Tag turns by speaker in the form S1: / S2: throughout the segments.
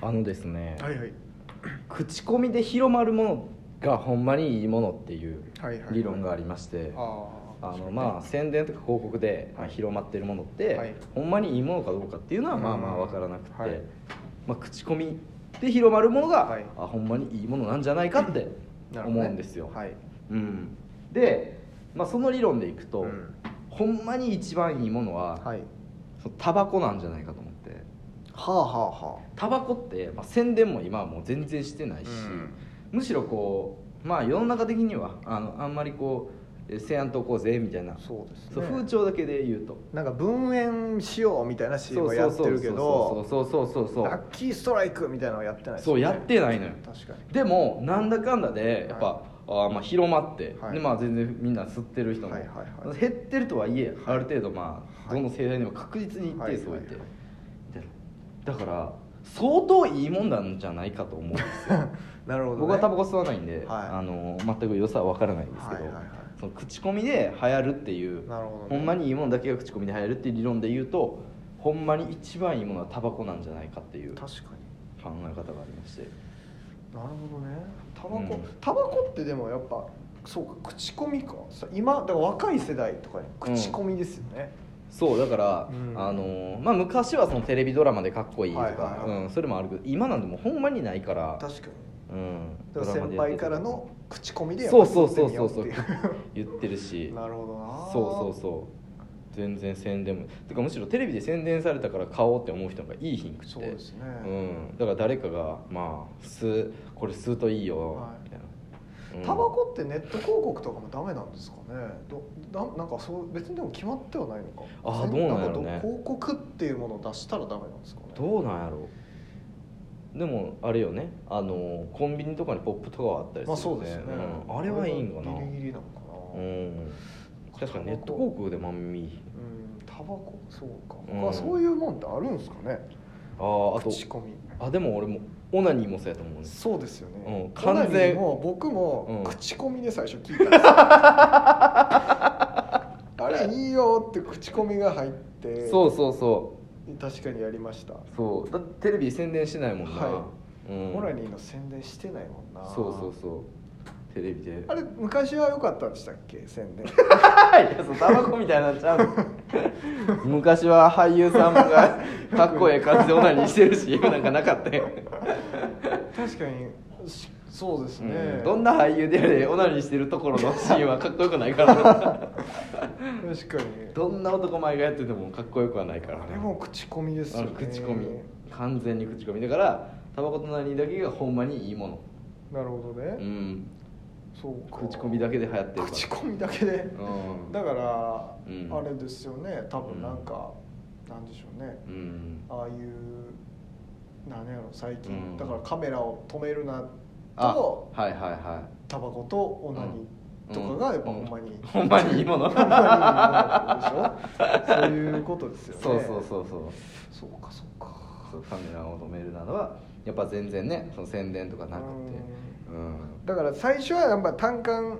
S1: あのですね、
S2: はいはい
S1: 口コミで広まるものがほんまにいいものっていう
S2: はいはい
S1: 理論がありまして、
S2: ああ
S1: あのまあ宣伝とか広告でまあ
S2: はい
S1: 広まってるものって、
S2: はい
S1: ほんまにいいものかどうかっていうのは
S2: うん
S1: まあまあ分からなくて、
S2: はい
S1: まあ、口コミで広まるものが、
S2: はい
S1: あほんまにいいものなんじゃないかって
S2: なるほど
S1: 思
S2: ね
S1: うんですよ。
S2: はい
S1: うん、で、まあ、その理論でいくと、
S2: うん
S1: ほんまに一番いいものは、
S2: はい
S1: そのタバコなんじゃないかと思って。
S2: はあはあは
S1: タバコって、まあ、宣伝も今はもう全然してないし、
S2: うん
S1: むしろこうまあ世の中的にはあのあんまりこうえー「せやんとこうぜ」みたいな
S2: そうですね
S1: そう風潮だけで言うと
S2: なんか分煙しようみたいな CM
S1: そう
S2: はやってるけ
S1: そう
S2: ど
S1: そうそうそうそうそう
S2: ラッキーストライクみたいなのはやってないです
S1: そ
S2: よ
S1: う
S2: ね
S1: やってないのよ
S2: 確かに
S1: でもなんだかんだでやっぱ、
S2: は
S1: あーまあ広まって、
S2: はい
S1: でまあ、全然みんな吸ってる人も、
S2: はいはいはい
S1: 減ってるとはいえある程度まあ
S2: は
S1: ど
S2: い
S1: の世代でも確実に一定数置いて、
S2: はいはいはい
S1: みたいなだから相当いいもんなんじゃないかと思うんですよ
S2: なるほど、ね、
S1: 僕はタバコ吸わないんで、
S2: はい
S1: あの全く良さは分からないんですけど、
S2: はいはいはい
S1: その口コミで流行るっていう
S2: なるほどね
S1: ほんまにいいものだけが口コミで流行るっていう理論で言うとほんまに一番いいものはタバコなんじゃないかっていう考
S2: 確かに
S1: え方がありまして
S2: なるほどねタバ
S1: う
S2: コ
S1: ん
S2: タバコってでもやっぱそうか口コミかさ今だから若い世代とかに口コミですよね、
S1: そうだから、
S2: うん
S1: あのまあ、昔はそのテレビドラマでかっこいいとか、
S2: はいはいはい
S1: うん、それもあるけど今なんでもうほんまにないから、
S2: 確かに
S1: うん、
S2: だから先輩からの口コミでやっぱ
S1: そうそうそうそうそ
S2: やって
S1: う
S2: みよって
S1: 言
S2: い
S1: ってるし
S2: なるほどな
S1: そうそうそう全然宣伝もてかむしろテレビで宣伝されたから買おうって思う人がいいひんくて
S2: そうですね
S1: うん、だから誰かが「まあ吸うこれ吸うといいよ」
S2: はい
S1: みたいな、うん
S2: タバコってネット広告とかもダメなんですかねどななんかそう別にでも決まってはないのか
S1: あー
S2: 別に
S1: どうなんやろね
S2: かど広告っていうものを出したらダメなんですかね
S1: どうなんやろうでもあれよねあのコンビニとかにポップとかはあったり
S2: まあ
S1: するよ
S2: そうですね、
S1: うんあれはいいんかな
S2: あれはギリギリなのか
S1: う
S2: な、
S1: ん確かにネット広告でまんみ
S2: うんタバコそうか、
S1: うん
S2: 他そういうもんってあるんですかね
S1: あーあと
S2: 口コミ
S1: あでも俺もオナニーもそうやと思うね
S2: そうですよね、
S1: うん完全
S2: オナニーも僕
S1: うん
S2: も口コミで最初聞いたんです よあれいいよって口コミが入って
S1: そううそうそ
S2: 確かにやりました、
S1: うそうだってテレビ宣伝してないもんな、
S2: は
S1: うん、
S2: オナニーの宣伝してないもんな
S1: そうそうそうテレビで
S2: あれ昔は良かったんでしたっけ宣 伝
S1: いやそうタバコみたいなっちゃう 昔は俳優さん がかっこええ感じでオナニーしてる CM なんかなかったよ、
S2: 確かにしそうですね、
S1: うんどんな俳優であれオナニーしてるところのシーンはかっこよくないから
S2: 確かに
S1: どんな男前がやっててもかっこよくはないからね
S2: あれも口コミです
S1: あ
S2: よ
S1: の
S2: ね
S1: 口コミ完全に口コミだからタバコとオナニーだけがほんまにいいもの
S2: なるほどね、
S1: うん
S2: そうか
S1: 口コミだけで流行ってるから
S2: 口コミだけで、
S1: うん
S2: だから、
S1: うん
S2: あれですよね多分なんか、なんでしょうね、
S1: うん
S2: ああいうなんやろ最近、
S1: うん
S2: だからカメラを止めるな
S1: あ
S2: と
S1: はいはいは
S2: タバコとオナニーとかがやっぱ
S1: うん
S2: ほんまに、
S1: い ほんまにいいもの
S2: ほんまにいいものでしょそういうことですよね
S1: そうそうそうそう
S2: そうかそうか
S1: そうカメラを止めるなどはやっぱ全然ねその宣伝とかなくてうん
S2: だから最初はやっぱ単管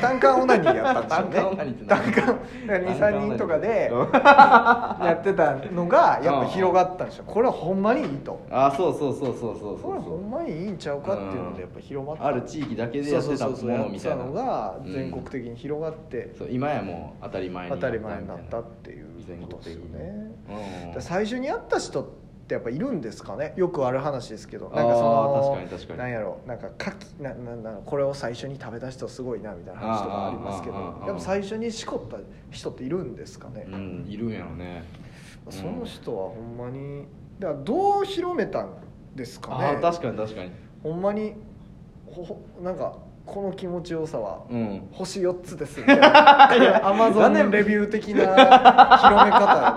S2: 単管オナニーやったんです
S1: 単
S2: よ
S1: 管オナニーっ
S2: ね
S1: て何
S2: 単管23人とかで
S1: うん
S2: やってたのがやっぱ広がったんですよこれはほんまにいいと
S1: あそうそうそうそうそうそ
S2: これはほん
S1: う
S2: まにいいんちゃうかっていうのでやっぱ広まった
S1: ある地域だけでやってた
S2: そう
S1: も
S2: そうそうそうや
S1: の
S2: っ
S1: み
S2: て
S1: たい
S2: た
S1: な
S2: のが
S1: うん
S2: 全国的に広がって
S1: そう今やもう当たり前
S2: 当
S1: みい
S2: たり前になったっていう
S1: 全
S2: こと
S1: 国
S2: です
S1: 的
S2: よ
S1: に
S2: ねだ
S1: うん
S2: から最初に会った人ってやっぱいるんですかねよくある話ですけどなんかそ
S1: あー確
S2: の
S1: かに確かに
S2: なんやろなんか牡蠣なななこれを最初に食べた人すごいなみたいな話とかありますけど
S1: あーあーあーあー
S2: やっぱ最初にしこった人っているんですかね、
S1: うんいるんやろね
S2: その人はほんまにだからどう広めたんですか
S1: あ
S2: ね
S1: ー確かに確かに
S2: ほんまにほほなんかこの気持ちよさは
S1: うん
S2: 星4つです みたいなアマゾンのレビュー的な広め方だ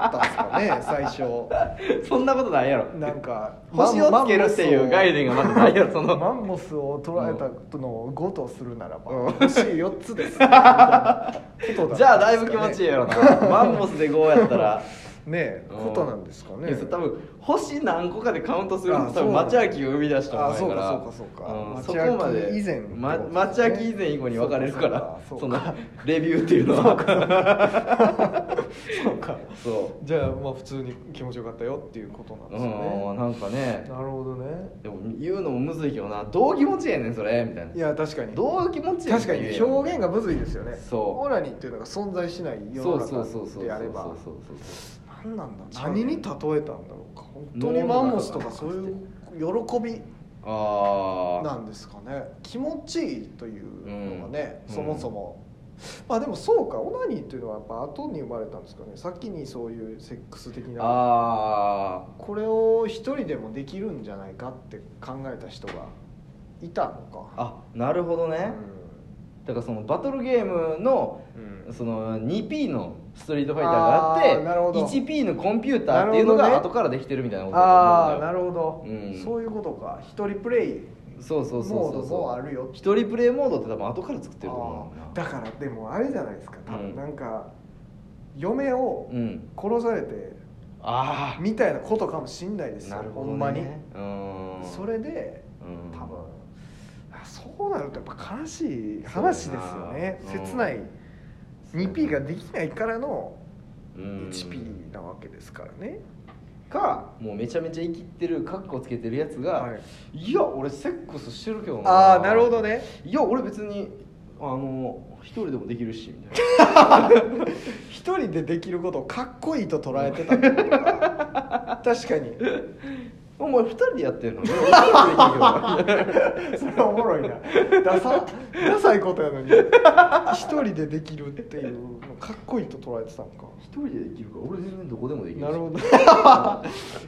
S2: ったんですか ね最初。
S1: そんなことないやろ
S2: なんか
S1: 星をつけるっていう概念がまずないやろそ
S2: マンモスを
S1: の
S2: マンモスを捉えたことの5とするならば、
S1: うん
S2: 星4つです、ね、みたいなことだったんですかね
S1: じゃあだいぶ気持ちいいやろなマンモスで5やったら
S2: ねえ
S1: うん
S2: ことなんですか
S1: い
S2: ね
S1: やそれ多分星何個かでカウントするの
S2: あ
S1: 多分
S2: そうなん
S1: 町
S2: だ
S1: 秋を生み出したものやから
S2: あそうかそうかそ
S1: ん
S2: うか町
S1: そ
S2: 秋
S1: こまで
S2: 以前ってことですね
S1: ま町秋以前以後に分かれるから
S2: そうか
S1: そ
S2: そう
S1: の
S2: か
S1: レビューっていうのは
S2: そうか
S1: そ
S2: じゃあまあ普通に気持ちよかったよっていうことなん
S1: う
S2: で
S1: う
S2: すよ
S1: ん
S2: ね
S1: なんかね
S2: なるほどね
S1: でも言うのもむずいけどなどう気持ちええねんそれみたいない
S2: や確かに
S1: どう気持ちええねん
S2: 確かに表現がむずいですよね
S1: そう
S2: オラニーっていうのが存在しない世
S1: そ
S2: の
S1: うそうそう
S2: 中
S1: そうそう
S2: であれば
S1: そうそうそう
S2: 何なんだ
S1: 違う
S2: 何に例えたんだろうか本当にマンモスとかそういう喜び
S1: ああ
S2: なんですかね気持ちいいというのがね、
S1: うん
S2: そもそも、まあでもそうかオナニーっていうのはやっぱ後に生まれたんですかね先にそういうセックス的な
S1: あ
S2: これを一人でもできるんじゃないかって考えた人がいたの
S1: ー
S2: か
S1: あなるほどね、だからそのバトルゲームの
S2: うん
S1: その 2P のストリートファイターがあって
S2: あーなるほど
S1: 1P のコンピューターっていうの
S2: なる
S1: が
S2: ほどね
S1: 後からできてるみたいなこと
S2: ああな
S1: る
S2: るほど、
S1: うん
S2: そういうことか一人プレイ
S1: そうそうそうそう
S2: モードもあるよ
S1: 一人プレイモードって多分後から作ってると思う
S2: あ
S1: な
S2: ーだからでもあれじゃないですか多
S1: うん
S2: 分なんか、嫁を
S1: うん
S2: 殺されて
S1: あ
S2: みたいなことかもしんないです
S1: あ
S2: よ
S1: なるほど、ね、
S2: ほんまに
S1: うん
S2: それで
S1: うん
S2: 多分あそうなるとやっぱ悲しい話ですよね
S1: そうやな
S2: 切ない
S1: うん
S2: 2P ができないからの
S1: うん
S2: 1P なわけですからねか
S1: もうめちゃめちゃ生きてるカッコつけてるやつが、、
S2: はい
S1: や俺セックスしてるけど
S2: あーなるほどね
S1: いや俺別にあの一人でもできるしみたいな
S2: 一人でできることをかっこいいと捉えてたってことか確かに
S1: お前二人でやってるのね
S2: それおもろいなダサダサいことやのに一人でできるっていうのかっこいいと捉えてたのか
S1: 一人でできるから俺全然どこでもできるし
S2: なるほど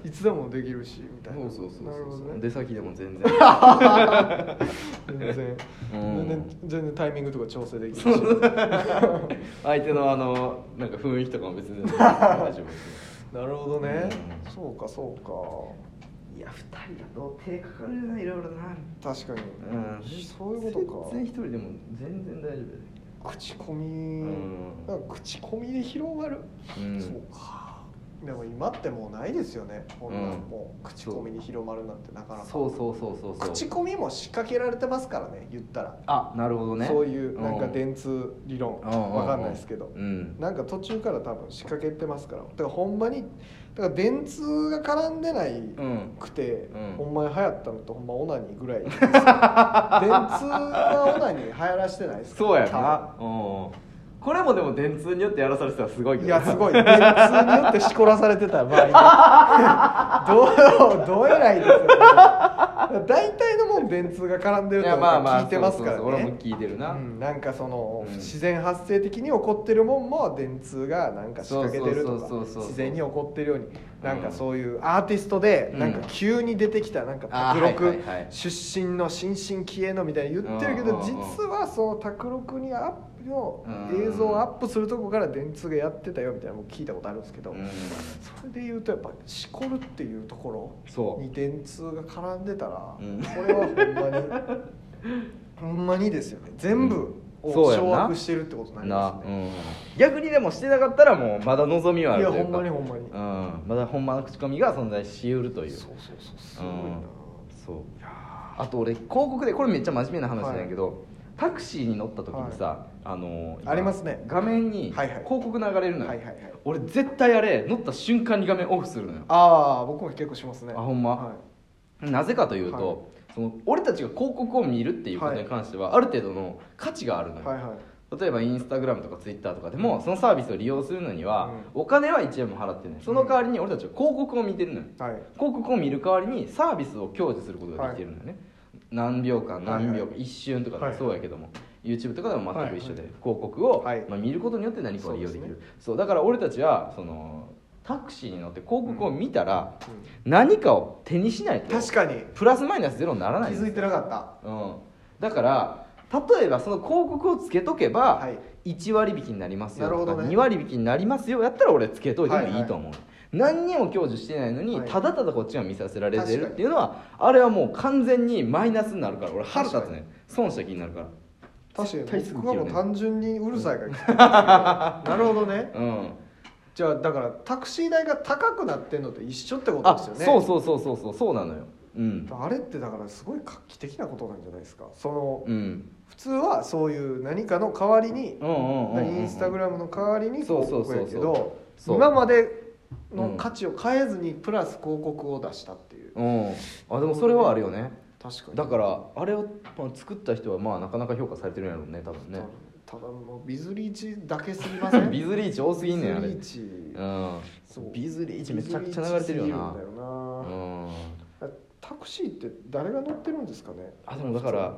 S2: いつでもできるしみたいな
S1: そうそうそう
S2: なるほ
S1: そう、
S2: どね
S1: 出先でも全 然
S2: 全然
S1: うん
S2: 全然全然タイミングとか調整できるし
S1: 相手のあのなんか雰囲気とかも別に大丈夫です
S2: なるほどね
S1: うん
S2: そうかそう
S1: いや二人だと手かかるないろいろな
S2: か確かに
S1: うん
S2: そういうことか
S1: 全然一人でも全然大丈夫だよ
S2: 口コ
S1: ん
S2: ミなんか口コミで広がる
S1: うん
S2: そうかでも今ってもうないですよねこんなんもう口コミに広まるなんてなかなか
S1: そうそうそうそうそう
S2: 口コミも仕掛けられてますからね言ったら
S1: あなるほどね
S2: そういうなんか
S1: ん
S2: 電通理論
S1: うんうんうん
S2: わかんないですけど
S1: うん
S2: なんか途中から多分仕掛けてますからだからほんまにだから電通が絡んでな
S1: う
S2: い
S1: ん
S2: くて、
S1: うん
S2: ほんまに流行ったのってほんまオナニーぐらい ですよ電通はオナニー流行らしてないです
S1: そうやなうんこれもでも電通によってやらされてたらすご
S2: 多
S1: いけ
S2: 分
S1: ど
S2: い
S1: な
S2: やすごい電通によってしこらされてた場合 がどうどうえらいですよね大体のもん電通が絡んで る
S1: い
S2: と
S1: やまあまあ
S2: 聞いてますからね
S1: そうそうそう俺も聞いてるな
S2: うん、なんかその、
S1: うん
S2: 自然発生的に起こってるもんも電通がなんか仕掛けてるとか
S1: そうそうそうそう
S2: 自然に起こってるようになんかそういうアーティストで
S1: うん
S2: なんか急に出てきたなんか
S1: あー
S2: 卓録、
S1: はいはいはい
S2: 出身の新進気鋭のみたいに言ってるけ
S1: うん
S2: ど
S1: うんうん
S2: 実はその卓録にアップの映像をアップするとこから電通がやってたよみたいなのも聞いたことあるんですけど、
S1: うん
S2: それで言うとやっぱしこるっていうところ
S1: そう
S2: に電通が絡んでたら、
S1: うん
S2: これは ほんまにほんまにですよね全部を
S1: そうやな
S2: 掌握してるってことになり
S1: な
S2: ま、す
S1: う
S2: ね、
S1: ん、逆にでもしてなかったらもうまだ望みはあ
S2: い
S1: る
S2: や
S1: とい
S2: ほ
S1: うんか
S2: まにほんまに、
S1: うん、まだほんまの口コミが存在しうるという
S2: そうそうそうすごいな、
S1: うんそうあと俺広告でこれめっちゃ真面目な話なんやけど、タクシーに乗った時にさ、
S2: は
S1: あの
S2: ありますね
S1: 画面に
S2: はいはい
S1: 広告流れるのよ、
S2: はいはいはい
S1: 俺絶対あれ乗った瞬間に画面オフするのよ
S2: ああ僕も結構しますね
S1: あほんま
S2: はい
S1: なぜかというと、
S2: はい
S1: その俺たちが広告を見るっていうことに関しては、ある程度の価値があるのよ、
S2: はいはい
S1: 例えばインスタグラムとかツイッターとかでもそのサービスを利用するのには、お金は1円も払ってないその代わりに俺たちは広告を見てるのよ、
S2: はい
S1: 広告を見る代わりにサービスを享受することができてるんだよね、何秒間何
S2: はい
S1: 秒
S2: は
S1: 間、一瞬とかでも
S2: はい
S1: そうやけども、YouTube とかでも全く一緒で、
S2: はいは
S1: 広
S2: い
S1: 告を、
S2: はい
S1: まあ、見ることによって何かを利用できる
S2: そ
S1: そうう,、
S2: で
S1: だから俺たちはそのタクシーに乗って広告を見たら、何かを手にしないと
S2: 確かに
S1: プラスマイナスゼロにならない
S2: 気
S1: んです
S2: づいてなかった
S1: うん、だから例えばその広告をつけとけば、
S2: はい
S1: 1割引きになりますよと
S2: なる
S1: か、
S2: ほどね
S1: 2割引きになりますよやったら俺つけといてもいいと思う、何にも享受してないのに、
S2: はい
S1: ただただこっちが見させられて
S2: 確か
S1: る
S2: に
S1: っていうのはあれはもう完全にマイナスになるから俺腹立つね損した気になるから
S2: 確
S1: 絶対
S2: か
S1: す
S2: に
S1: ぐ
S2: 僕は
S1: 切る
S2: もう
S1: ね
S2: 単純にうるさいから来てるんですけどなるほどね
S1: うん
S2: じゃあだからタクシー代が高くなってんのと一緒ってこと
S1: あ
S2: です
S1: そ
S2: よ
S1: う
S2: ね
S1: そうそうそうそうそうなのようん、
S2: あれってだからすごい画期的なことなんじゃないですかその
S1: うん、
S2: 普通はそういう何かの代わりに
S1: うんうんうんうんうん
S2: インスタグラムの代わりに
S1: そう
S2: 広
S1: そうそうそう
S2: 告やけど
S1: そう
S2: 今までの価値を変えずにプラス広告を出したっていう
S1: うんあでもそれはあるよね
S2: 確かに
S1: だからあれをまあ作った人はまあなかなか評価されてるんやろうね多分ね
S2: ただもうビズリーチだけすぎません
S1: ビズリーチ多すぎんねんあれ
S2: ビズリーチ
S1: う
S2: そ
S1: ん
S2: う
S1: ビズリーチめちゃくちゃ流れてるよな
S2: ビズリーチすぎるんだよ
S1: う
S2: なんタクシーって誰が乗ってるんですかね
S1: あでもだから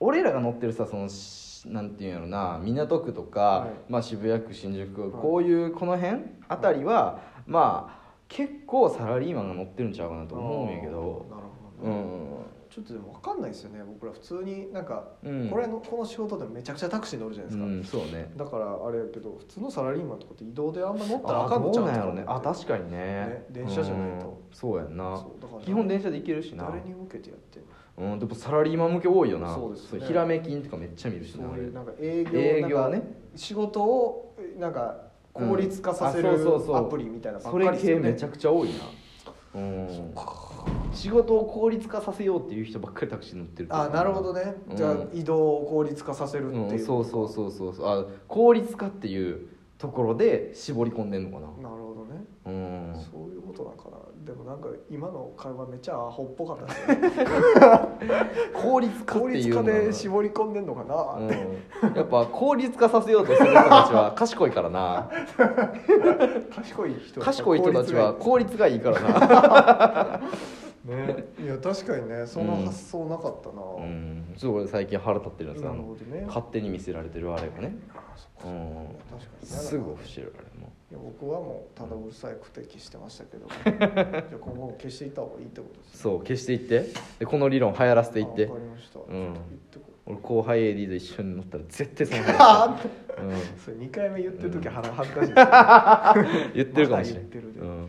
S1: 俺らが乗ってるさそのしなんていうんやろな港区とか、
S2: はい
S1: まあ、渋谷区新宿区、
S2: はい
S1: こういうこの辺あたりは、まあ結構サラリーマンが乗ってるんちゃうかなと思うんやけど
S2: あーなるほ
S1: う
S2: どね
S1: ん
S2: ちょっとでも分かんないですよね僕ら普通になんか、
S1: うん
S2: これのこの仕事でめちゃくちゃタクシー乗るじゃないうですか、
S1: んそうね
S2: だからあれやけど普通のサラリーマンとかって移動であんま乗ったら
S1: あ
S2: あかんのちゃ
S1: どうな
S2: う
S1: んやろ
S2: う
S1: ねあ確かにね
S2: ね電車じゃないと
S1: うんそうやんな
S2: そうだから
S1: 基本電車で行けるしな
S2: 誰に向けてやってんの
S1: うんでもサラリーマン向け多いよな
S2: そうですね
S1: ひらめきんとかめっちゃ見るしな
S2: そ
S1: あ
S2: う
S1: れ
S2: いうなんか営業
S1: 営業
S2: なん
S1: ね
S2: か仕事をなんか効率化させる
S1: うんあそうそうそう
S2: アプリみたいなば
S1: そ
S2: っかり
S1: れ
S2: です
S1: 系
S2: よ
S1: め
S2: ね
S1: ちゃくちゃ多いなうん仕事を効率化させようっていう人ばっかりタクシー乗ってる
S2: あなるほどね、
S1: うん
S2: じゃあ移動を効率化させる
S1: う
S2: って
S1: ん
S2: いう、
S1: そうそうそうそうそうあ効率化っていうところで絞り込んでんのか
S2: なるほどね、
S1: なうん
S2: そういうことなんかなでもなんか今の会話めっちゃアホっぽかったです よね
S1: 効率化っ
S2: 効
S1: てい
S2: 率
S1: う
S2: 化
S1: のが
S2: で絞り込んでんのかな、
S1: うんやっぱ効率化させようとする人たち は賢いからな
S2: 賢い人
S1: 賢い人たちは
S2: 効
S1: 効率がいいからな
S2: 率がいいねいや確かにねその発想なかったな、
S1: うんちょっと俺最近腹立ってるやつ
S2: な
S1: あ
S2: る
S1: の
S2: ほどね
S1: 勝手に見せられてるあれがね
S2: あそっか
S1: うん
S2: 確かに
S1: すぐ教えるあれも
S2: いや僕はもうただうるさいくて消してましたけどじゃあ今後も消していった方がいいってことですね
S1: そう消していってでこの理論流行らせていって
S2: あわかりました、
S1: ん
S2: ちょっと言ってこ
S1: 俺後輩 AD と一緒に乗ったら絶対その
S2: う
S1: 話する、
S2: それ2回目言ってる時は恥ずかしい、
S1: うん、言ってるかもしれん、
S2: まだ言ってるで
S1: うん